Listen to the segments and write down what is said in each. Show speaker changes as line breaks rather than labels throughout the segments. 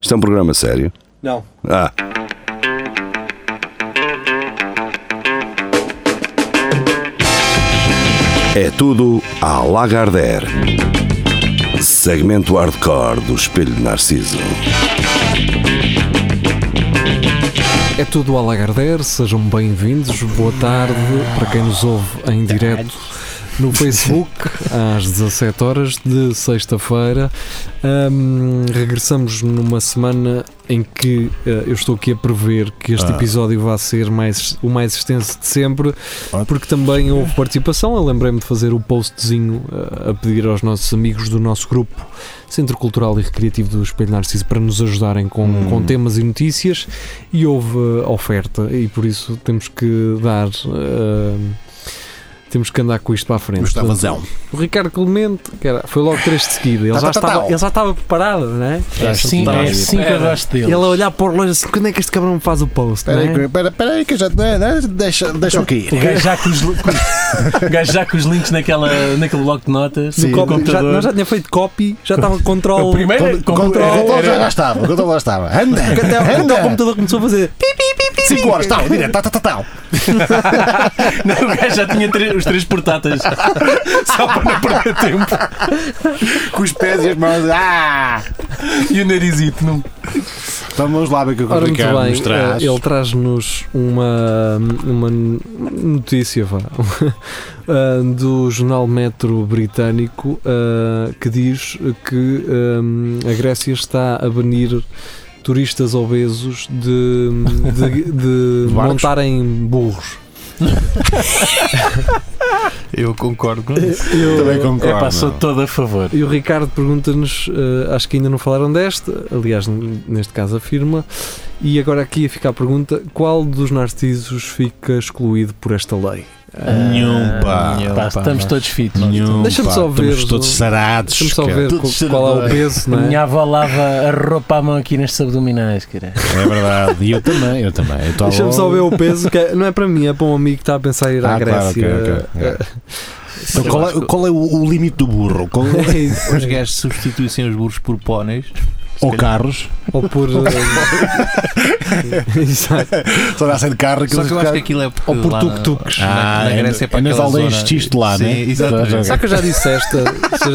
Isto é um programa sério.
Não.
Ah, é tudo à Lagardère. Segmento hardcore do Espelho de Narciso.
É tudo a Lagardère, sejam bem-vindos. Boa tarde para quem nos ouve em direto no Facebook às 17 horas de sexta-feira. Ahm, regressamos numa semana em que eh, eu estou aqui a prever que este episódio vai ser mais, o mais extenso de sempre, porque também houve participação. Eu lembrei-me de fazer o postzinho eh, a pedir aos nossos amigos do nosso grupo Centro Cultural e Recreativo do Espelho Narciso para nos ajudarem com, com temas e notícias e houve eh, oferta e por isso temos que dar. eh, temos que andar com isto para a frente.
Gustavo Azão.
O Ricardo Clemente, que era- foi logo três de seguida. Ele,
Tá,
já,
tá, tá,
estava,
tá.
ele já estava preparado, não é?
É assim,
um
tá,
é
tá.
assim que eu gosto
Ele
dele.
a olhar para o relógio assim: quando é que este cabrão faz o post?
Espera aí,
não é?
que- pera- pera aí que eu já. né, né, Deixa, deixa aqui.
O gajo já com os, li- com- o gajo já com os links naquela, naquele bloco de notas
Sim.
no
Copy.
Copy. Já,
computador.
não, já tinha feito copy, já estava
O
control.
primeiro
Quando-
com-
quando-
era-
quando
era-
já lá estava, quando lá estava. Anda,
Porque é, Até, até o
anda.
computador começou a fazer. pi, pi, pi, pi,
5
pi.
horas, tal, direto, tal, tal, tal.
não, o gajo já tinha três- os três portáteis só para não perder tempo.
Com os pés e as mãos. Ah!
E o narizito não.
Vamos lá ver o que o
Ora, muito
Ricardo
bem,
nos traz.
eh, ele traz-nos uma, uma notícia vá, eh, do jornal Metro britânico eh, que diz que eh, a Grécia está a banir turistas obesos de, de- de
De barcos?
montarem burros.
Eu concordo com isso.
Também
É pá, sou
concordo.
todo a favor.
E o Ricardo pergunta-nos, eh, acho que ainda não falaram desta, aliás, n- neste caso afirma, e agora aqui fica a pergunta: qual dos narcisos fica excluído por esta lei?
Nenhum, pá.
Nenhum,
Ah, Pá, estamos
pá.
todos fitos.
Nenhum,
Deixa-me
pá,
só ver
Estamos
o-
todos sarados.
Deixa-me só
cara.
ver
Tudo
co- qual é o
saradões.
peso,
A
não é?
minha avó lava a roupa à mão aqui nestes abdominais, cara.
É verdade. E eu também, eu também. Eu tô
Deixa-me só
logo-
ver o peso, que é- não é para mim, é para um amigo que está a pensar em ir à
Ah, claro,
Grécia. É,
ok, ok, ok. Então,
Eu
qual é,
acho que-
qual é o, o limite do burro? Qual-
É isso.
Os gajos substituíssem os burros por póneis.
ou carros?
Ou por. eh, Exato.
Só nascem de carro
Só
aqueles
que eu acho que aquilo é porque
Ou por
lá na-
tuk-tuks.
Na,
Ah,
na
é-
Grécia é para
é nas
aquela
aldeias
zona.
de xisto lá,
Sim,
né?
exatamente.
Sabe que eu já disse esta?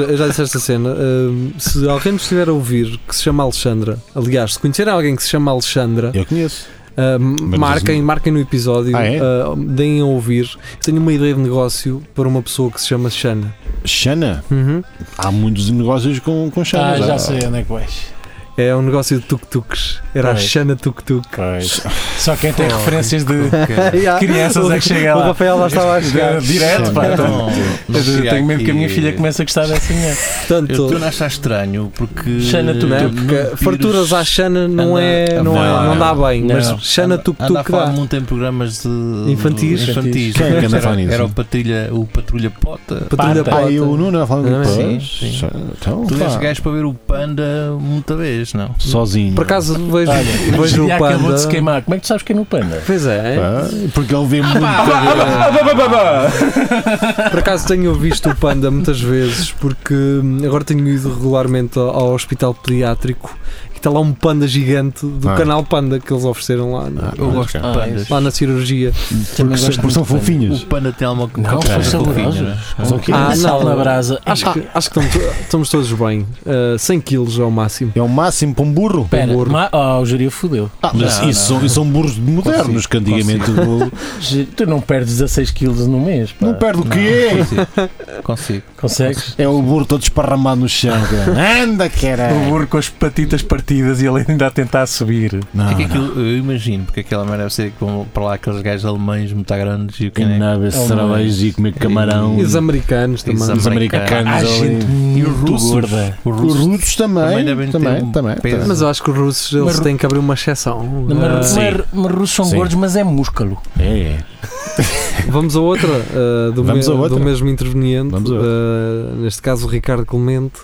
eu já disse esta cena. hum, se alguém nos estiver a ouvir que se chama Alexandra, aliás, se conhecer alguém que se chama Alexandra,
Eu conheço.
Uh, marquem,
as-
marquem no episódio,
Ah, é?
uh, deem a ouvir. Tenho uma ideia de negócio para uma pessoa que se chama Shana.
Xana.
Uhum.
Há muitos negócios com, com Xana.
Ah, já sei onde é que vais.
É um negócio de tuk-tuks. Era a
Pois.
Shana Tuk-Tuk.
Só quem tem referências de
Ok.
crianças é que chega
O
lá.
Rafael lá estava a chegar.
Direto, pá.
Então, não
Eu
chega
tenho medo que a minha
aqui.
filha comece a gostar dessa mulher.
Eu
Portanto,
estou a achar estranho porque.
Xana tuk-tuk.
não é?
não
Porque
pires-
farturas à Shana não é,
Anda-
não, é,
não,
não dá bem,
não.
mas Shana
Anda- Anda a
Tuk-Tuk
falar
dá.
muito em programas de
Infantis.
infantis.
Quem é que anda a falar
era,
nisso?
era o Patrulha, o Patrulha Pota.
Patrulha
Pata.
Ah,
Pata.
e o Nuno a falar
Não é?
Ah, Sim,
depois.
sim.
Então,
Tu és
pá,
gajo para ver o Panda muita vez, não?
sozinho.
Por acaso vejo,
Olha,
vejo
já
o
acabou de se
Panda.
queimar. Como é que tu sabes quem é o Panda?
Pois é,
Pá, Porque ele vê
Ah,
muito.
É Ah,
Por acaso tenho visto o panda muitas vezes, porque hum, agora tenho ido regularmente ao- ao hospital pediátrico e está lá um panda gigante do
Ah.
canal Panda que eles ofereceram lá, na-
Ah,
Eu gosto de
Ah,
pandas.
lá na cirurgia.
Também gosto
Porque, porque são
muito de Panda.
fofinhos.
O panda tem alguma
Não,
coisa
são
fofinha,
saborosos.
não é?
São que-
Ah, não.
Sal na brasa.
Acho que, acho que estamos, estamos todos bem, ah, 100 kg ao máximo.
É o máximo para um burro.
Pera,
burro.
ma- oh, o Júlio fodeu.
Ah, mas
Não,
isso, São, isso são burros modernos que antigamente. o-
Gi- Tu não perdes 16 quilos num mês, pá.
Não perde o quê?
Consigo. Consigo.
Consegues?
É o burro todo esparramado no chão. cara. Anda,
É. O
caralho.
burro com as patitas partidas e ele ainda a tentar subir.
Não,
É que
não.
aquilo, eu imagino, porque aquela merda deve ser que vão para lá aqueles gajos alemães muito grandes e o que
Que
nem.
nada,
É um
cerveja e comer camarão.
E os americanos também.
Os americanos.
Há
ali.
gente
E os
muito
russos.
gorda.
Os
Os
russos.
russos também.
Também devem ter
Também,
um
também.
peso.
também.
Mas eu acho que os russos eles
Mas-
têm que abrir uma exceção. Ah,
Mas, mas, mas russos são
Sim.
gordos, mas é músculo.
É, é.
Vamos a outra, ah, do,
Vamos
me-
a outra.
do mesmo interveniente,
Vamos a outra.
ah, neste caso o Ricardo Clemente,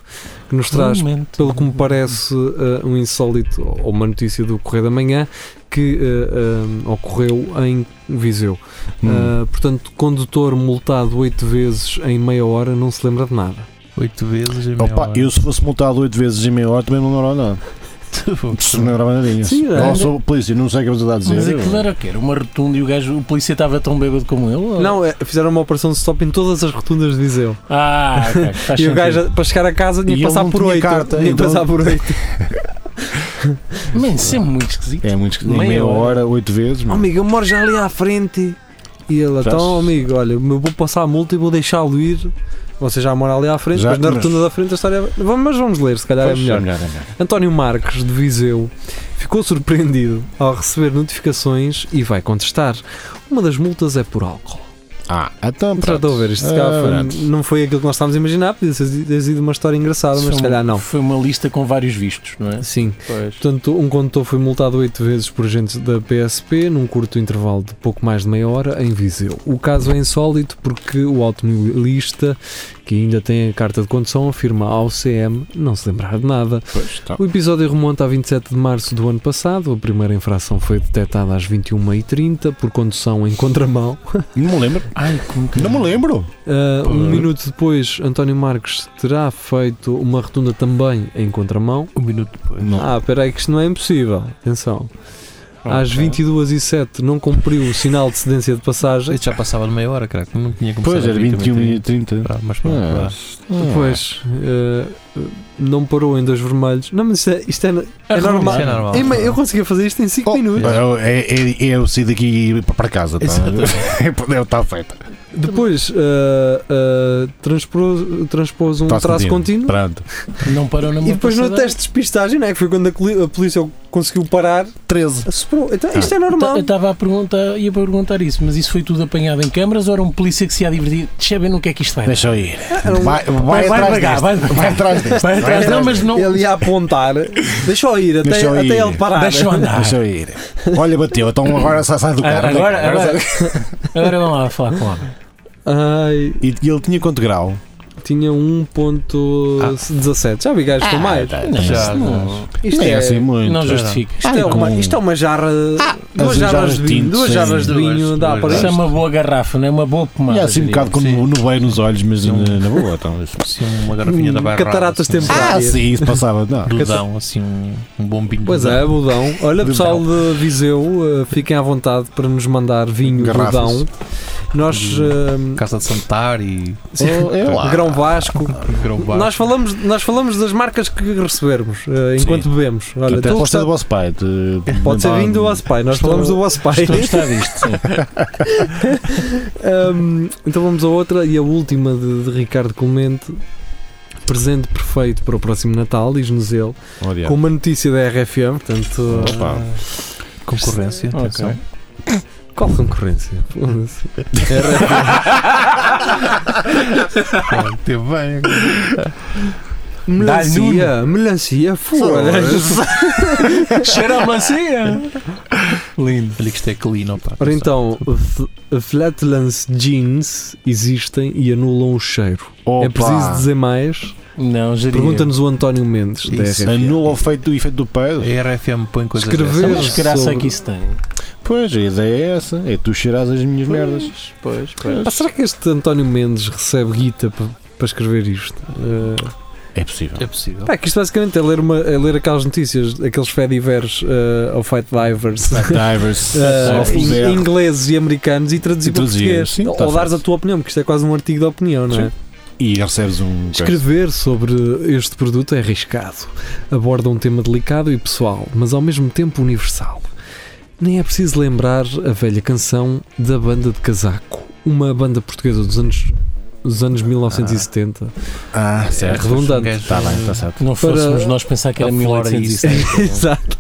que nos traz
Realmente.
pelo que me parece eh, um insólito ou uma notícia do Correio da Manhã que eh, eh, ocorreu em Viseu.
Hum.
Eh, portanto, condutor multado oito vezes em meia hora não se lembra de nada.
Oito vezes é a meia
Opa,
hora.
eu se fosse multado 8 vezes e meia hora também não demorava nada. Isso não era maneirinha.
Sim,
Eu
era.
sou polícia, não sei o que você está a dizer.
Mas aquilo era o quê? Era Uma rotunda e o gajo, o polícia estava tão bêbado como ele?
Não, é, fizeram uma operação de stop em todas as rotundas de Viseu.
Ah, ok, faz
e o
sentido.
gajo, para chegar a casa, tinha
E
que
ele
passar
não
por
tinha
oito.
carta,
Tinha que
então-
passar por oito.
Man, isso é muito esquisito.
É muito esquisito.
Meia
Meia
hora.
hora, oito vezes.
Oh,
mano.
amigo, eu moro já ali à frente. E ele, então, amigo, olha, eu vou passar a multa e vou deixá-lo ir. Você já mora ali à frente,
Já,
mas na
mas-
rotunda da frente a história. é- Vamos, mas vamos ler, se calhar
Pois,
é melhor.
é melhor.
António Marques, de Viseu, ficou surpreendido ao receber notificações e vai contestar. Uma das multas é por álcool.
Ah, então.
Já
pronto.
estou a ver, isto se
Ah,
calhar foi-
pronto.
não foi aquilo que nós estávamos a imaginar, podia ter ter sido uma história engraçada, mas se calhar não.
Foi uma lista com vários vistos, não é?
Sim.
Pois.
Portanto, um condutor foi multado oito vezes por agentes da PSP num curto intervalo de pouco mais de meia hora em Viseu. O caso é insólito porque o automobilista, que ainda tem a carta de condução, afirma ao CM não se lembrar de nada.
Pois, tá.
O episódio remonta a 27 de março do ano passado. A primeira infração foi detectada às 21h30 por condução em contramão.
Não me lembro.
Ai, como que
Não me lembro.
Uh,
Pois.
um minuto depois, António Marques terá feito uma retunda também em contramão.
Um minuto depois.
Ah, espera aí que isto não é impossível. Atenção. Às
Ok.
22h07 não cumpriu o sinal de cedência de passagem.
Isto já passava de meia hora, caraca. Não tinha começado.
Pois,
a
era 21 e um 30.
Pá, Mas pronto,
Ah.
vá.
Depois, uh, não parou em dois vermelhos. Não, mas isto é, isto é, é normal.
Isso é normal.
Ei, mãe, eu conseguia fazer isto em 5
Oh,
minutos.
É, é, é eu sair daqui e ir para casa, tá?
Exatamente.
É, está feito.
Depois, uh, uh, transpôs, transpôs um
Traço
traço contínuo.
contínuo. Pronto.
Não parou na
E depois no
passadeira.
teste de despistagem, né, que foi quando a, coli- a polícia conseguiu parar,
13.
assoprou. Então,
Ah.
isto é
Eu ta-
normal.
Eu estava a perguntar, ia perguntar isso, mas isso foi tudo apanhado em câmaras ou era um polícia que se ia divertir? Deixa eu ver no que é que isto vai.
Deixa eu ir.
era um-
Vai,
Vai,
vai,
vai
atrás
devagar,
deste.
vai devagar.
Vai atrás deste.
Vai atrás, não, mas não.
Ele ia apontar, deixou ir até,
Deixa eu
até
ir.
ele parar.
Deixa-o andar.
Deixa eu ir. Olha, bateu. Então agora sai, sai do carro.
Ah, Agora, agora, agora,
sai-
vamos lá falar com o homem.
Ai,
E e ele tinha quanto grau?
tinha
Ah.
1.17. Já vi gajos com mais.
Não,
Já,
isto não,
não.
Isto
é
é,
assim muito.
não
Não,
justifica.
isto é
Ah,
uma,
não.
isto é uma jarra. duas jarras
as jarras
de vinho.
tinto,
Duas
sim.
jarras de
Duas,
vinho dá
duas.
para
Isso é
isto.
uma boa garrafa, não é uma boa pomada.
é assim um
diria.
bocado com
Sim.
no bem nos olhos, mas na, na boa. Então, isso-
Assim, uma garrafinha da barra.
Cataratas temporárias.
ah,
Claro.
sim, isso passava. Não.
Dudão, assim, um, um bom vinho.
Pois
Dudão.
é, Budão. Olha,
Budão.
pessoal de Viseu, eh, fiquem à vontade para nos mandar vinho
Garrafas.
Budão. Nós.
Casa de Santar e
Oh, é
eh,
lá.
Grão Vasco.
Grão Bar.
Nós falamos, nós falamos das marcas que recebermos eh, enquanto bebemos. Olha,
Até
estou
pode ser
a gostar-
do vosso pai. de-
então pode ser
mandar- um
vinho do vosso pai. Nós
Estou-
falamos do vosso pai.
Estou a gostar disto. sim.
Hum, então vamos a outra e a última de, de Ricardo Clemente. Presente perfeito para o próximo Natal, diz-nos ele,
Olha.
com uma notícia da RFM. Portanto,
Opa.
Concorrência,
Ok.
atenção.
qual concorrência?
um.
Teve bem. é
melancia, melancia,
um.
foda-se.
Cheira a macia.
Lindo. Olha que isto é clean, opa.
Ora então, f- flatulence jeans existem e anulam o cheiro. É
Opa.
preciso dizer mais?
Não, geria.
Pergunta-nos o António Mendes, da
Isso.
RFM.
Anula o efeito do efeito do peido.
A RFM põe coisas
Escrever.
dessas.
Mas que graça é que isso tem?
Pois, a ideia é essa. É tu cheiras as minhas merdas.
Pois, pois.
Ah, será que este António Mendes recebe guita pa- para escrever isto? Eh,
É possível.
É possível.
Pá, que isto basicamente é ler, uma, é ler aquelas notícias, aqueles fediveres uh, ou fight divers
Divers.
eh,
soft
in-
air.
ingleses e americanos e traduzir
E
para
traduzir,
português.
sim,
ou
tá
dares a
certo.
tua opinião, porque isto é quase um artigo de opinião, não é?
E recebes um.
Escrever sobre este produto é arriscado. Aborda um tema delicado e pessoal, mas ao mesmo tempo universal. Nem é preciso lembrar a velha canção da banda de casaco, uma banda portuguesa dos anos, dos anos 1970.
Ah, certo.
É redundante.
Está bem, está certo.
Não
Para-
fôssemos nós pensar que era
Para fora isso.
1870.
Exato.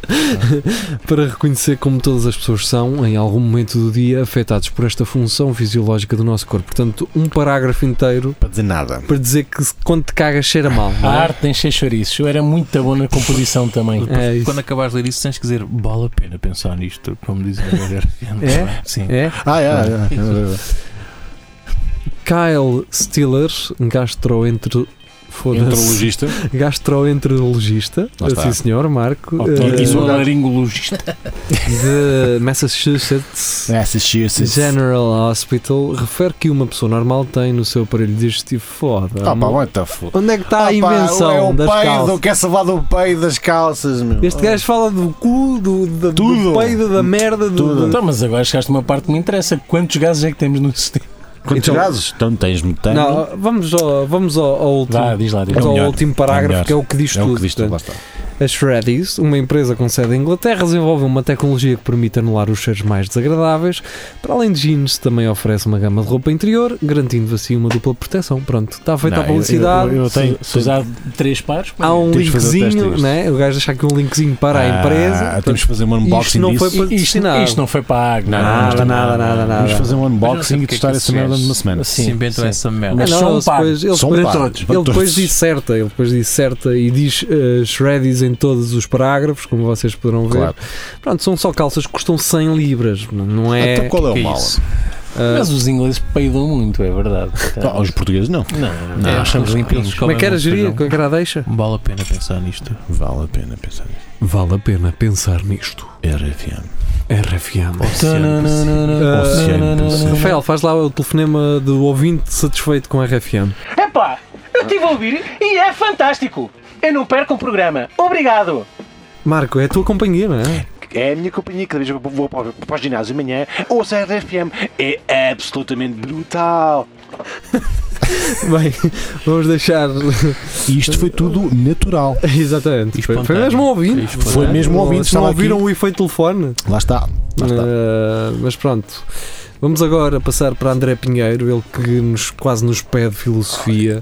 Para reconhecer como todas as pessoas são, em algum momento do dia, afetados por esta função fisiológica do nosso corpo. Portanto, um parágrafo inteiro
Para dizer nada.
para dizer que se- quando te cagas cheira mal.
A
não é?
arte tem cheio chouriços. Eu era muito bom na composição também.
É isso.
Quando acabares de ler isso, tens que dizer vale a pena pensar nisto, como dizem a RFM.
É?
Sim.
É?
Ah, é, é. é.
Kyle Stiller encastrou entre Foda-se.
Entrologista.
Gastroenterologista.
Lá está. é
Sim, senhor, Marco.
Optometrista.
E sou
eh,
laringologista.
de
É,
Massachusetts.
Massachusetts.
General Hospital refere que uma pessoa normal tem no seu aparelho digestivo foda.
Ah, pá, what the fuck?
Onde é que está
Ah,
a
pá,
invenção
é o
das
peido,
calças?
Quer salvar do peido das calças, meu.
Este gajo fala do cu, do, do,
Tudo.
do peido, da merda, do, do-
Então, mas agora chegaste a uma parte que me interessa. Quantos gases é que temos no sistema?
Quantos
Então-
gases? Então tens metano.
Não, vamos ao, vamos ao, ao último.
Vá, diz lá, diz
Vamos
lá.
ao
melhor,
último
é
parágrafo
melhor.
que é o que diz
é
tudo.
o que diz tudo, lá está.
A Shreddies, uma empresa com sede em Inglaterra, desenvolve uma tecnologia que permite anular os cheiros mais desagradáveis. Para além de jeans, também oferece uma gama de roupa interior, garantindo assim uma dupla proteção. Pronto, está feita
Não,
a
eu- eu-
publicidade.
eu tenho-
Se usar três pares,
Há um
Temos que fazer o teste
linkzinho,
disto.
né? o gajo deixa aqui um linkzinho para a
Ah,
empresa.
Temos
Portanto,
que fazer um unboxing
não
disso.
foi para
I- isto,
destinar.
isto não foi pago.
Não,
nada,
não,
nada, nada,
Vamos
nada.
fazer um
Mas não sei
unboxing
porque
e
é que
testar
esses
essa merda
gajos-
numa semana.
Se inventam
sim.
essa merda.
Ah,
Mas
não,
são
ele depois,
pares.
ele,
São
depois,
pares.
ele
Para
depois
um todos.
disserta, ele depois disserta e diz eh, Shreddies em todos os parágrafos, como vocês poderão ver.
Claro.
Pronto, são só calças que custam 100 libras, não é?
Então qual é
Que
o mal?
isso?
ah,
Mas os ingleses peidam muito, é verdade.
Ah, os portugueses não.
Não,
Não,
não. Achamos limpinhos.
como é que era
um
gerir? Como é que era a deixa?
Vale a pena pensar nisto.
Vale a pena pensar nisso.
Vale a pena pensar nisto.
RFM.
RFM.
Oceano Pacífico.
Ah,
Oceano Pacífico.
Rafael, faz lá o telefonema do ouvinte satisfeito com RFM.
Epá, eu estive a ouvir e é fantástico! Eu não perco o programa. Obrigado!
Marco, é a tua companhia, não é?
É a minha companhia, cada vez que eu vou para, para o ginásio amanhã, ouço a RFM. É absolutamente brutal.
Bem, vamos deixar.
E isto foi tudo natural.
Exatamente. Foi, foi mesmo um ouvinte.
Espontâneo.
Foi mesmo um ouvinte,
Não
estava
ouviram
aqui.
o efeito telefone?
Lá está. Lá está.
Ah, mas pronto. Vamos agora passar para André Pinheiro, ele que nos, quase nos pede filosofia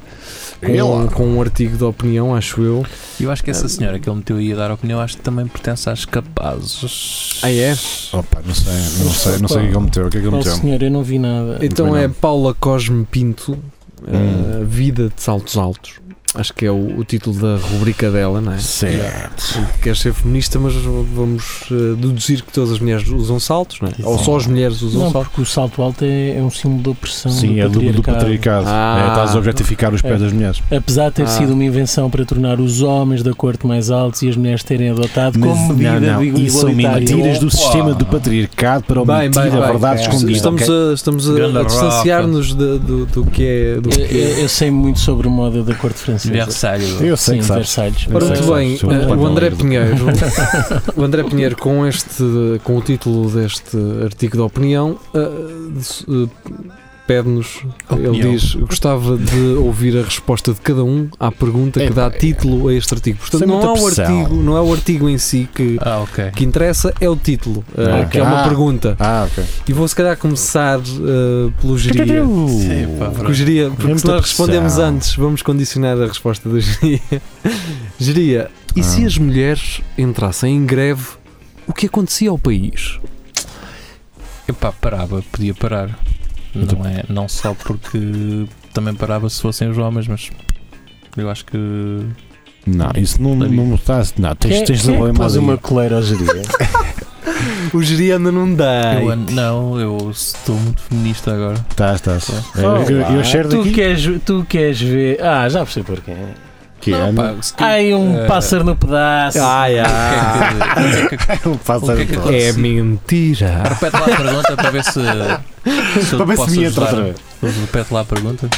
Ele
com,
lá.
com um artigo de opinião, acho eu.
Eu acho que essa senhora que ele meteu aí a dar opinião, acho que também pertence às capazes.
Ah, é?
Opa, não sei, não sei, não sei o que é que ele meteu. O que é que ele
Oh,
meteu?
senhor, eu não vi nada.
Então
bem,
é
não.
Paula Cosme Pinto, ah, Vida de Saltos Altos. Acho que é o, o título da rubrica dela, não é?
Certo.
Quer ser feminista, mas vamos ah, deduzir que todas as mulheres usam saltos, não é? Ou só as mulheres usam
Não,
saltos.
porque o salto alto é, é um símbolo da opressão.
Sim, é do, do patriarcado.
Ah.
É, estás a objetificar os pés das mulheres.
Apesar de ter
Ah.
sido uma invenção para tornar os homens da corte mais altos e as mulheres terem adotado
Mas
como medida
não, não,
de
isso são
igualitária.
mentiras do sistema do patriarcado para
Bem,
omitir
bem, bem.
a verdade escondida.
Estamos
ok?
a, estamos a-
Ganda
a distanciar-nos de- do, do que é. Do
Eu,
que é.
eu- eu sei muito sobre moda da corte francesa.
Versário.
Eu sei
Sim,
que sabes.
Versalhes.
Ora,
Sim,
muito
sim.
bem,
Sim,
eh,
sim.
o André
Sim.
Pinheiro, o André Pinheiro com este, com o título deste artigo de opinião, eh, disse, eh, pede-nos, ele
Opinião.
diz, gostava de ouvir a resposta de cada um à pergunta que
Epá,
dá
é.
título a este artigo. Portanto,
Sem
não é
muita
o
pressão.
artigo, não é o artigo em si que
Ah, ok.
que interessa é o título, eh,
Ah,
que é uma
ok.
pergunta.
Ah, ok.
E vou se calhar começar eh, pelo geria.
Sim, pá,
Porque, o geria, porque se
muita
nós respondemos
pressão.
antes, vamos condicionar a resposta do geria. Geria, e se as mulheres entrassem em greve, o que acontecia ao país?
Epá, parava, podia parar. Não, é, não só porque também parava se fossem os homens, mas eu acho que.
Não, isso não, não, não está. Não, tens,
Quem,
tens de
quem é
levar
que
mais
pôs uma
uma.
coleira ao geria?
O geria anda não dá.
Eu, an- não, eu estou muito feminista agora.
Estás, estás.
É.
É, eu, eu cheiro
tu,
daqui.
queres, tu queres ver. Ah, já percebi porquê.
Que é?
Não,
Não,
pá, se tu-
Ai, um
É.
eh,
pássaro no pedaço.
Ah.
Ai, ai.
o que é que-
não
o
faças
que é Ah. que
É
nada.
acontece?
mentira.
Repete lá a pergunta para ver se. se eu
Para ver
posso
se me entra
ajudar.
outra vez.
Repete lá a pergunta.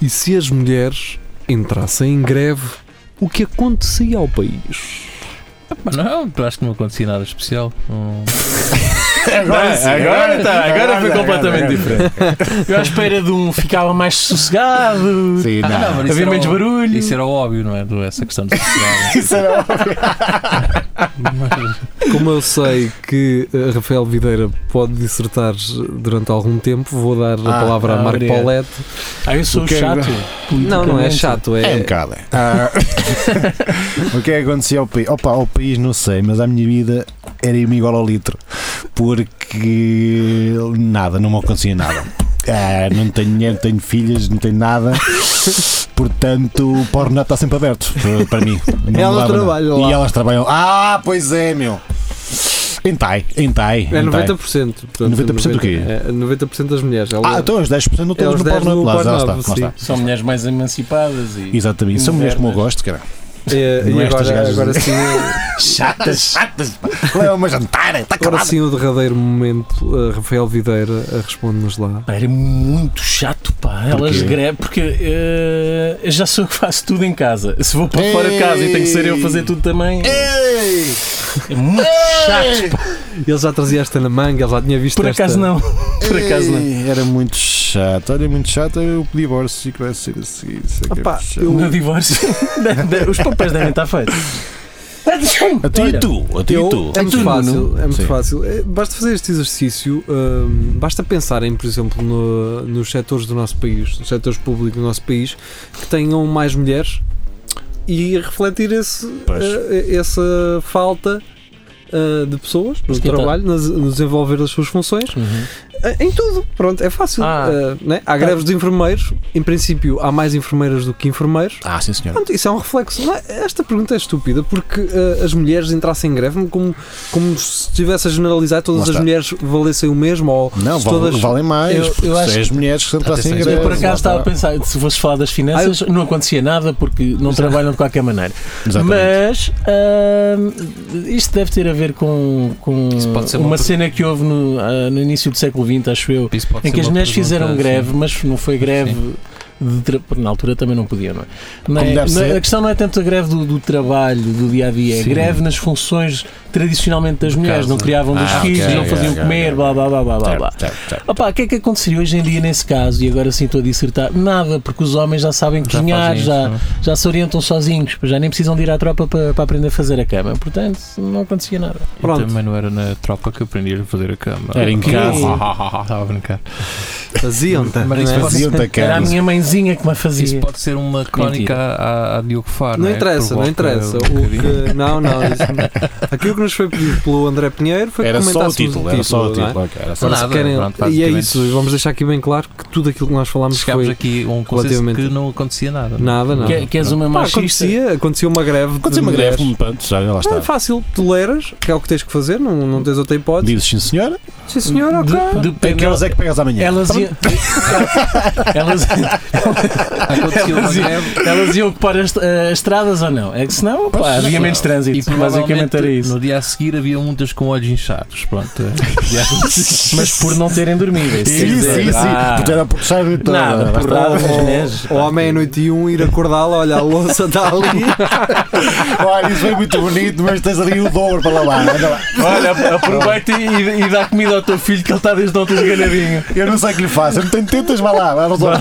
E se as mulheres entrassem em greve, o que acontecia ao país?
Mas não, eu acho que não acontecia nada especial. Hum.
Agora sim, agora está, agora foi
agora, tá.
completamente
agora.
diferente. Eu à espera de um ficava mais sossegado,
Sim, é um-
Ah, não,
não.
mas isso
havia
era
menos
o-
barulho.
Isso era óbvio, não é? Do- Essa questão de sociedade.
Isso era
Mas-
Como eu sei que eh, Rafael Videira pode dissertar durante algum tempo, vou dar a
Ah,
palavra a
ah,
Marco
obrigado.
Paulette.
Ah, eu sou
O que é-
chato.
Não, não é
politicamente.
chato,
É um
é.
bocado. é. Ah, o que é que acontecia ao país? Opa, ao país não sei, mas a minha vida era uma igual ao litro. Porque nada, não me acontecia nada. Ah, não tenho dinheiro, não tenho filhas, não tenho nada. Portanto, o porno está sempre aberto para- para mim. Não
Elas
mudava nada.
trabalham lá.
E elas trabalham. Ah, pois é, meu. Entai, entai.
É
entai.
90%. Portanto,
90% do quê?
é 90% das mulheres. Ela-
Ah, então os 10% não
É
todos
os
no
10
Pornhub.
no
Lá está,
Pornhub,
lá está, lá está.
São mulheres mais emancipadas e.
Exatamente, são mulheres como eu
Modernas.
gosto, cara.
É,
Não
e
é estas
agora,
gajas.
agora sim,
Chatas, chatas. pá. Leva-me a é jantar, está
agora
calado.
sim o derradeiro momento, a Rafael Videira a responde-nos lá.
Pá, Era muito chato, pá. Elas
Porquê?
greve porque eh, eu já sou eu que faço tudo em casa. Se vou para fora de casa e tenho que ser eu a fazer tudo também,
Ei!
é muito chato. Pá.
Ele já trazia esta na manga, ele já tinha visto
Por
esta.
acaso não. Por acaso não. é?
Ei, Era muito chato, era muito chato. Eu pedi divórcio e que vai ser a seguir. Isso é que é
Opa,
chato.
O meu divórcio. Os papéis devem estar feitos.
A ti e
Olha,
tu, a ti e tu.
É muito
Sim.
fácil, é muito
Sim.
fácil. É, Basta fazer este exercício, hum, basta pensarem, por exemplo, no- nos setores do nosso país, nos setores públicos do nosso país, que tenham mais mulheres e refletir esse,
Pois.
eh, essa falta eh, de pessoas no
Mas que tal?
trabalho, nas- no desenvolver das suas funções,
Uhum.
eh, em tudo. Pronto, é fácil.
Ah.
eh, né? Há greves de enfermeiros, em princípio há mais enfermeiras do que enfermeiros.
Ah, sim, senhor.
Pronto, isso é um reflexo. Não é- Esta pergunta é estúpida porque eh, as mulheres entrassem em greve como, como se estivesse a generalizar todas
Lá
as
está.
mulheres valessem o mesmo ou
Não,
se
val-
todas.
valem mais.
Eu- eu
porque
acho Tá,
se as mulheres que sempre assim
Atenção,
Eu
greve.
por
lá
acaso
está.
estava a pensar, se fosse falar das finanças, não acontecia nada porque não trabalham de qualquer maneira.
Exatamente.
Mas ahm, isto deve ter a ver com, com
Isso pode ser
uma,
uma per-
cena que houve no, ah, no início do século XX, acho eu,
Isso pode
em
ser
É que as
uma
mulheres
pergunta, assim,
fizeram
sim.
greve, mas não foi greve. de tra- porque Na altura também não podiam, não é? Não é-
Como deve
não é-
ser.
a questão não é tanto a greve do, do trabalho, do dia a dia, é
Sim.
greve nas funções tradicionalmente das
De
mulheres.
casa.
Não criavam dos
Ah,
filhos,
ok,
não
ok,
faziam
ok,
comer,
ok.
blá blá blá blá blá. blá.
Certo, certo, certo.
Opa, o que é que aconteceria hoje em dia nesse caso? E agora sim estou a dissertar. Nada, porque os homens já sabem
Já
cozinhar,
fazem
já,
isso, não é?
já se orientam sozinhos, pois já nem precisam de ir à tropa para, para aprender a fazer a cama. Portanto, não acontecia nada.
E
Pronto.
também não era na tropa que aprendi a fazer a cama.
Era em casa.
Estava a brincar.
Faziam-te.
Mas
não é?
isso fazia-
Faziam-te a
Era a
cara.
minha mãezinha que me
Isso
fazia.
pode ser uma crónica à, à Diogo Faro.
Não
é?
interessa, não
Provoca
interessa.
um
O
bocadinho.
que- não, não. isso não. Aquilo que nos foi pedido pelo André Pinheiro foi
Era
que
só o
comentássemos
título, era só o
não é?
título. ok, era só-
Agora, se
Nada,
querem-
pronto,
e é
basicamente-
isso, e vamos deixar aqui bem claro que tudo aquilo que nós falámos
Chegámos
foi
aqui a um consenso
relativamente-
que não acontecia nada. não é?
nada, não.
Que, que és uma
Pá,
machista.
acontecia, acontecia uma greve. de
Aconteceu uma greve,
mulheres.
pronto, já lá
É
está.
fácil, toleras, que é o que tens que fazer, não, não tens outra hipótese.
Dizes sim, senhora.
Sim, senhor, ok.
De- de-
Tem que elas é que pegas amanhã.
Elas
Pronto.
iam, elas,
Aconteceu uma
Elas iam-
greve
elas iam ocupar as, as estradas ou não? É que senão pá, havia menos trânsito.
e provavelmente
basicamente era isso.
no dia a seguir havia muitas com olhos inchados. Pronto.
Mas por não terem dormido. isso quer
Sim,
dizer.
sim, sim.
Ah.
Porque era por sair toda.
Nada, por nada, mas mulheres.
O homem à noite e um ir acordá-la, olha, a louça está ali.
Olha, isso foi muito bonito, mas tens ali o dobro para lavar. é? Anda lá.
Olha, aproveita e, e dá comida ao teu filho que ele está desde ontem esganadinho.
Eu não sei o que lhe faço, eu não tenho tetas, vá lá, vá lá.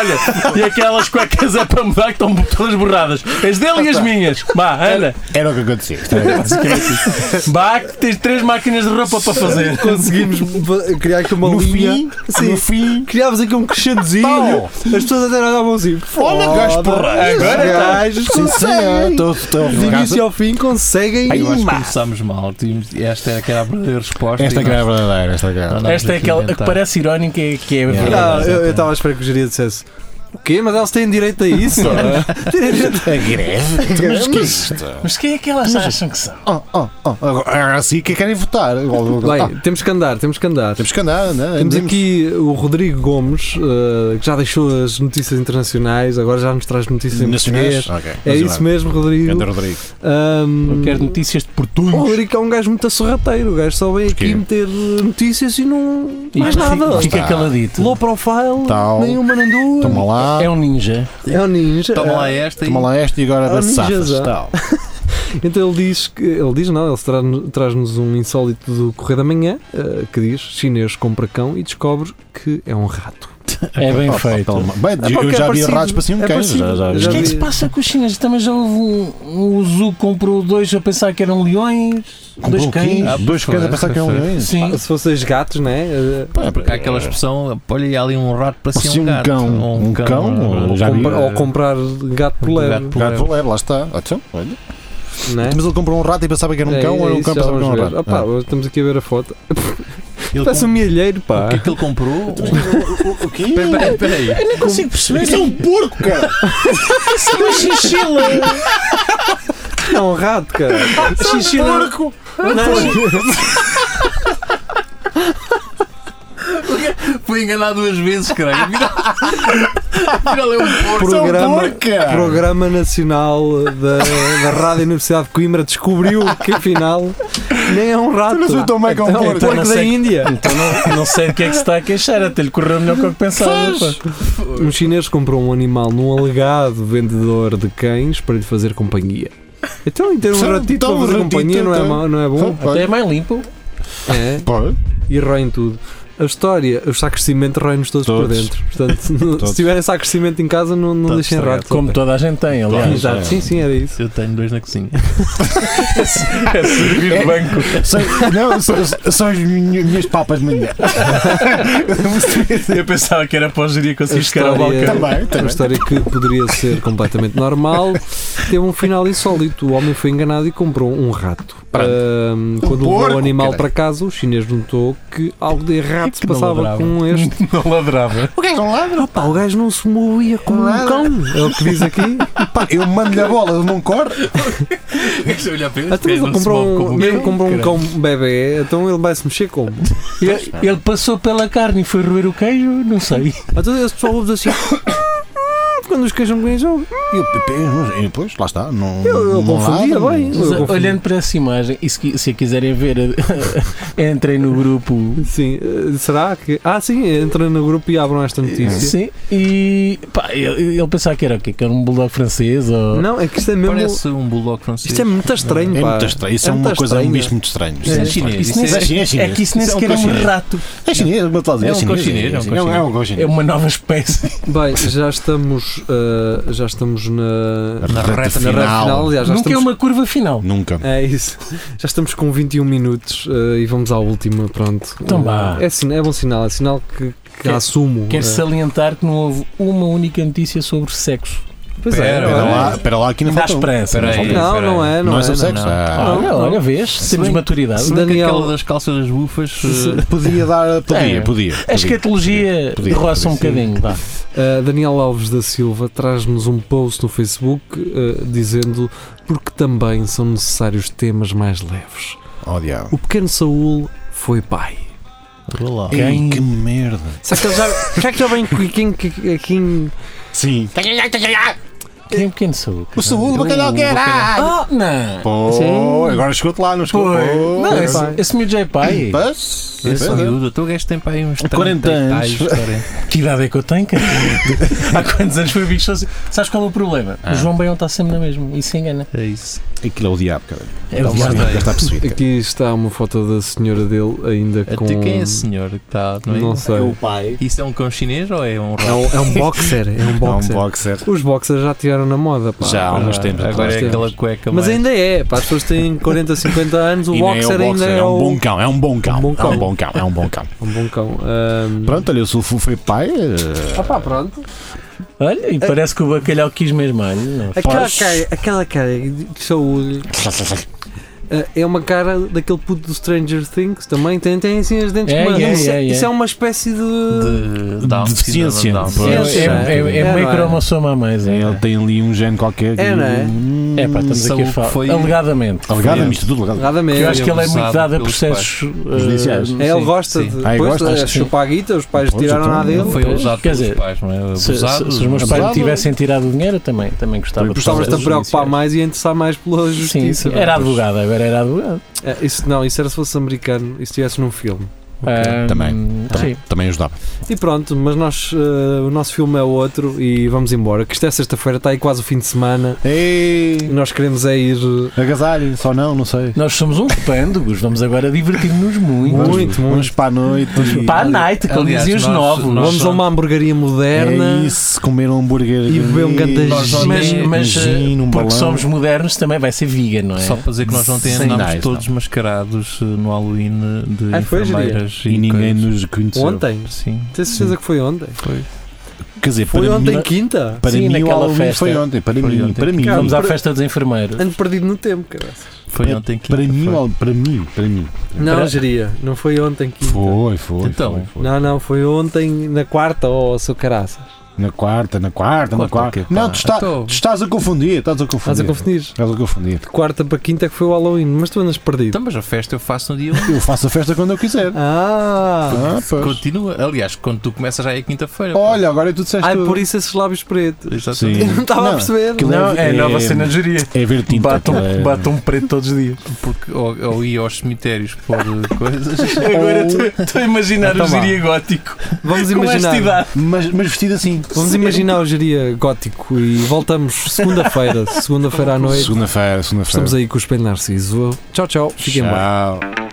Olha, e aquelas cuecas é para mudar que estão todas borradas. As dele e as minhas. Vá, anda.
Era o que acontecia.
Vá, que tens três máquinas de roupa para fazer.
Conseguimos va- criar aqui uma
No
linha.
fim,
Sim.
no fim.
Criámos aqui um crescendozinho.
Pau.
As pessoas até olhavam assim.
Olha,
"Foda,
gajo porra,
estes
agora tá."
gajos
Sim, senhor,
conseguem.
estou- estou
De início ao fim conseguem.
Eu acho que
Ima.
começámos mal. Tínhamos- Esta era que era a verdadeira resposta.
Esta
e
que era
nós-
a verdadeira, esta que era.
Não,
Esta
não,
é
vamos aqui
aquela a que
inventar.
parece irónica e que é verdade.
Ah, eu eu estava à espera que o geria dissesse. O quê? Mas elas têm direito a isso? Têm direito
A greve? Mas que é isto?
Mas quem é que elas acham que são?
Oh, oh, oh. Agora assim que querem votar.
Bem,
Ah,
temos que andar, Tá. temos que andar.
Temos que andar, né?
Temos
Andemos-
aqui o Rodrigo Gomes, eh, que já deixou as notícias internacionais, agora já nos traz notícias em
Nacionais? Ah,
português.
Ok,
É
nacionais.
isso mesmo, Rodrigo.
Anda, Rodrigo.
Ahm,
Eu quero notícias de
o
português.
Rodrigo é um gajo muito assorrateiro, o gajo só vem aqui
Porquê?
meter eh, notícias e não. mais
E
nada.
Fica
Está.
caladito.
Low profile,
Tal.
nem uma nem duas.
Toma lá,
É um ninja.
É o ninja.
Toma lá esta e
toma lá esta e agora
Ah,
da safas.
ninjas, ah.
Tal.
Então ele diz que. Ele diz não, ele tra- traz-nos um insólito do Correio da Manhã eh, que diz: chinês compra cão e descobre que é um rato.
É bem
Oh,
feito.
toma. Bem,
É
eu
porque é
já vi
parecido.
ratos para cima
É
de cães.
parecido.
Já, já,
Já
O que é
vi.
que se passa com os chineses? Também já houve um, um Zu que comprou dois a pensar que eram leões,
Comprou
dois
o quê?
cães.
Ah,
dois
pois
cães a
foi,
pensar que é um
foi.
leão.
Sim.
Ah, Se fossem os gatos, né? eh,
Ah, Porque há aquela expressão, olha e há ali um rato para
Parecia
cima
um
um gato.
cão.
Ou
Um cão,
ou-
ou- já vi,
compra-
eh,
ou comprar gato por leve,
gato por
Gato
leve.
voleiro, lá está. Ah, Então, olha.
né? É
Mas ele comprou um rato e pensava que era um cão, ou era um
isso,
cão
já
pensava que
vamos
era um
ver.
rato.
Opa,
Ah.
Estamos aqui a ver a foto.
Ele
Parece um
com-
milheiro, pá.
O que é que ele comprou?
O quê?
Peraí, peraí.
Não consigo perceber.
Isso é um porco, cara!
Isso é uma chinchila.
É um rato, cara.
Xixi porco.
Fui enganado duas vezes, caralho. Afinal afinal é um porco.
Programa,
porca!
Programa Nacional da, da Rádio Universidade de Coimbra descobriu que afinal nem é um rato.
Mas o Tom é que é um
É um
porco.
porco da
sei-
Índia.
Então não, não sei do que é que se está a queixar, até lhe correu melhor que eu que pensava. pá.
Um chinês comprou um animal num alegado vendedor de cães para lhe fazer companhia. Então, em ter um
Sim,
ratito
então,
para fazer
um ratito,
companhia não é,
então.
mau- não é bom?
Até é mais limpo.
É,
Pô,
e roem tudo. A história, os sacos de cimento roem-nos todos, por
Todos.
dentro. Portanto, no-
Todos.
se tiverem sacos de cimento em casa, não, não
Todos
deixem rato.
Como toda a gente tem, aliás.
Exato, sim, sim, era isso.
Eu tenho dois na cozinha.
É servir de banco.
são- Não, são, são as minhas minhas papas de manhã.
Eu pensava que era para o gerir conseguir
A
chegar ao
história-
balcão.
Também,
Uma
também.
história que poderia ser completamente normal teve um final insólito. O homem foi enganado e comprou um rato. Ahm, quando levou
Um porco,
o animal
caralho.
para casa, o chinês notou que algo de errado se
não
passava
ladrava?
com este.
Não ladrava.
Estão lá?
Ah pá, o gajo não se movia como um
Nada.
cão. É o que diz aqui.
Pá, eu mando-lhe a bola, ele não corre.
Deixa eu olhar para ele.
Até ele Ah, comprou um, mesmo comprou um cão bebê, então ele vai se mexer como? é-
Ele, ele passou pela carne e foi roer o queijo, não sei.
Então esse pessoal ouve assim. Quando os queijam com jogo.
E o Pepe, não- e depois, lá está. Não,
Eu, eu
não
confundia
ladra,
bem.
não-
Eu confundi.
Olhando para essa imagem, e se, qui- se a quiserem ver, entrem no grupo.
Sim, eh, será que. Ah, sim, entra no grupo e abram esta notícia.
Sim, e pá, ele, ele pensava que era o quê? Que era um bulldog francês? Ou...
Não, é que isto é mesmo.
Parece um bulldog francês.
Isto é muito estranho,
É
pá.
muito estranho. Isso é,
É muito
uma coisa, é um
estranho.
bicho muito estranho.
Isso é
Sim.
chinês.
Isso
Isso
nem
Isso é
é-
chinês,
É
chinês.
que isso nem
é um
sequer é
cão
um
chinês.
rato,
É chinês, mas lá dizer,
É um cão chinês, é um cão
É um- é um cão
é
chinês.
uma nova espécie.
Bem, já estamos, ah, já estamos na,
Na reta
na reta final.
final.
Aliás, já
Nunca é
estamos,
uma curva final.
Nunca.
é isso. Já estamos com 21 minutos ah, e vamos à última, pronto.
Então vá.
Ah, é, sin- é bom sinal, é sinal que, que
Quer-
assumo.
Quero
ah.
salientar que não houve uma única notícia sobre sexo.
Pois é,
Pera,
não
Espera
é?
lá, espera lá, aqui não
Dá
falta um.
esperança.
Espera aí.
Não, não é, não,
Não é
é.
sobre
não.
sexo?
não.
Ah,
Olha, olha, vês? Temos
bem-
maturidade.
se bem- Daniel-
Aquela das é calças das bufas. eh,
Podia dar. Podia,
É.
podia.
A
podia.
escatologia
Podia,
roça um
podia,
bocadinho. vá.
Ah, Daniel Alves da Silva traz-nos um post no Facebook ah, dizendo porque também são necessários temas mais leves.
Oh, diabo.
O pequeno Saúl foi pai.
vê lá.
Ei, que merda.
Será que ele já, será que ele vem com quem, quem, quem-
Sim.
Quem é pequeno sou?
O Saúl, o bacalhau que era.
Ah, não!
Pô,
Sim.
agora chegou-te lá, não chegou?
Pois.
Pô.
Não, esse,
pai.
esse miúdo já é pai.
Mas-
Esse
Pois é.
miúdo, o teu gajo tem para aí uns 30
40
e tais,
anos.
40.
Que idade é que eu tenho, cara? Há quantos anos foi bicho assim? Sabes qual é o problema? O João Baião está sempre na mesma. Isso engana.
É isso.
Aquilo é o diabo, cara.
É o
Tá
diabo.
bem.
Já está possuído. cara.
Aqui está uma foto da senhora dele ainda com.
Até quem é esse senhor que está. Não é?
Não sei.
pai.
Isso é um cão chinês ou é um
É
rato?
um, é um boxer, é um
É um
boxer.
boxer.
Os boxers já tiraram na moda, pá.
Já há uns tempos.
Agora
atrás.
é
Nós
aquela cueca
Mas
mais-
ainda é, pá, as pessoas têm 40, 50 anos, o
E nem é
boxer,
um boxer,
ainda é,
é um
o-
bom cão, é um bom cão,
um bom
é
cão.
um bom cão, é um bom cão.
um bom cão. Ahm,
Pronto, olha, o Sulfo foi pai. eh,
Ah, pá, pronto.
Olha, e parece que o bacalhau quis mesmo. Olha, não.
Aquela
Pois.
cara, aquela é, cara de saúde ah, é uma cara daquele puto do Stranger Things também, tem, tem assim as dentes
É,
mas
é,
isso,
é, é.
isso é uma espécie de.
de Down,
De
síndrome de
deficiência.
Down.
É,
Pois.
é, é, é
É,
meio
não é?
cromossomo a mais. É,
Ele tem ali um gene qualquer. que-
É, não é?
Hum,
é pá, estamos aqui a
Saúde
falar.
foi-
Alegadamente.
Alegado,
Foi-
misto tudo legado.
Alegadamente.
Eu acho que ele é muito
abusado
dado a
pelos
processos eh,
Judiciais.
É, ele
Sim,
gosta
sim.
de
Ah, eu
depois,
gosto, acho
eh,
que sim.
chupar a guita, os pais
Pois,
tiraram a
então,
dele.
Não foi abusado
Quer
pelos
dizer,
pais, não é?
Se, se-
Abusado.
se os meus pais
abusado.
tivessem tirado o dinheiro, eu também, também gostava de
Gostavas de te
fazer
preocupar
judiciais.
mais e a interessar mais pela
Sim,
justiça.
sim. era advogado, agora era advogado.
Eh, isso, não, isso era se fosse americano e estivesse num filme.
Ah,
Também,
hum,
Também,
Sim.
também ajudava.
E pronto, mas nós, eh, o nosso filme é outro e vamos embora. Que isto é sexta-feira, está aí quase o fim de semana e
Ei,
nós queremos é ir eh,
agasalho, só não, não sei.
Nós somos uns pândegos, vamos agora divertir-nos muito.
Muito,
Vamos- Vamos para a noite. e-
Para a night, como
Aliás,
diziam os
nós-
novos.
nós-
Vamos a uma hamburgueria moderna.
É isso, comer um hambúrguer.
E beber um ganda
Nós
gin.
mas mas eh,
gin, um
porque
balão.
somos modernos também vai ser vegan, não é?
Só para dizer que nós ontem
Sem
andámos
nais,
todos mascarados eh, no Halloween de
Ah, foi,
enfermeiras
E ninguém
coisas.
nos conheceu.
Ontem.
Sim,
Tens certeza que foi ontem?
foi.
Quer dizer,
Foi
para
ontem,
mim,
quinta?
para
Sim,
mim o
naquela
Halloween
festa.
foi ontem. Para
Foi
mim,
ontem.
para mim.
Vamos à
Para-
festa dos enfermeiros.
Ando perdido no tempo, cara.
Foi ontem que.
Para mim, o- para mim, para mim.
Não,
Para-
geria. Não foi ontem, quinta.
Foi, foi.
Então.
foi, foi.
Não, não, foi ontem, na quarta, ou oh, seu caraças.
Na quarta, na quarta, na
Quarta
quarta.
o quê, pá?
não, tu, está-
Então-
tu estás a confundir, estás a confundir.
Estás a confundir.
Estás a confundir.
Quarta para quinta que foi o Halloween, mas tu andas
Tipo,
perdido.
Então, mas a festa eu faço no dia 1.
Eu faço a festa quando eu quiser.
Ah!
Ah, pois.
Continua. Aliás, quando tu começas já é quinta-feira. pá.
Olha, agora tu disseste.
Ai,
tudo.
Ah, é por isso esses lábios pretos.
Exatamente.
Sim.
Eu não estava a
Não,
perceber.
aquilo
Não, é a nova
É-
cena de geria.
É ver tinta.
Batam,
aquilo é-
batam preto todos os dias.
Porque ou, ou ia aos cemitérios por coisas.
Agora estou a imaginar
Então
o
vá.
geria gótico.
Vamos
Com esta
imaginar.
idade.
Mas, mas vestido assim.
Vamos imaginar o geria gótico e voltamos segunda-feira. Segunda-feira à noite.
Segunda-feira, segunda-feira.
Estamos aí com o Espelho Narciso. Tchau, tchau. Fiquem bem.
Tchau.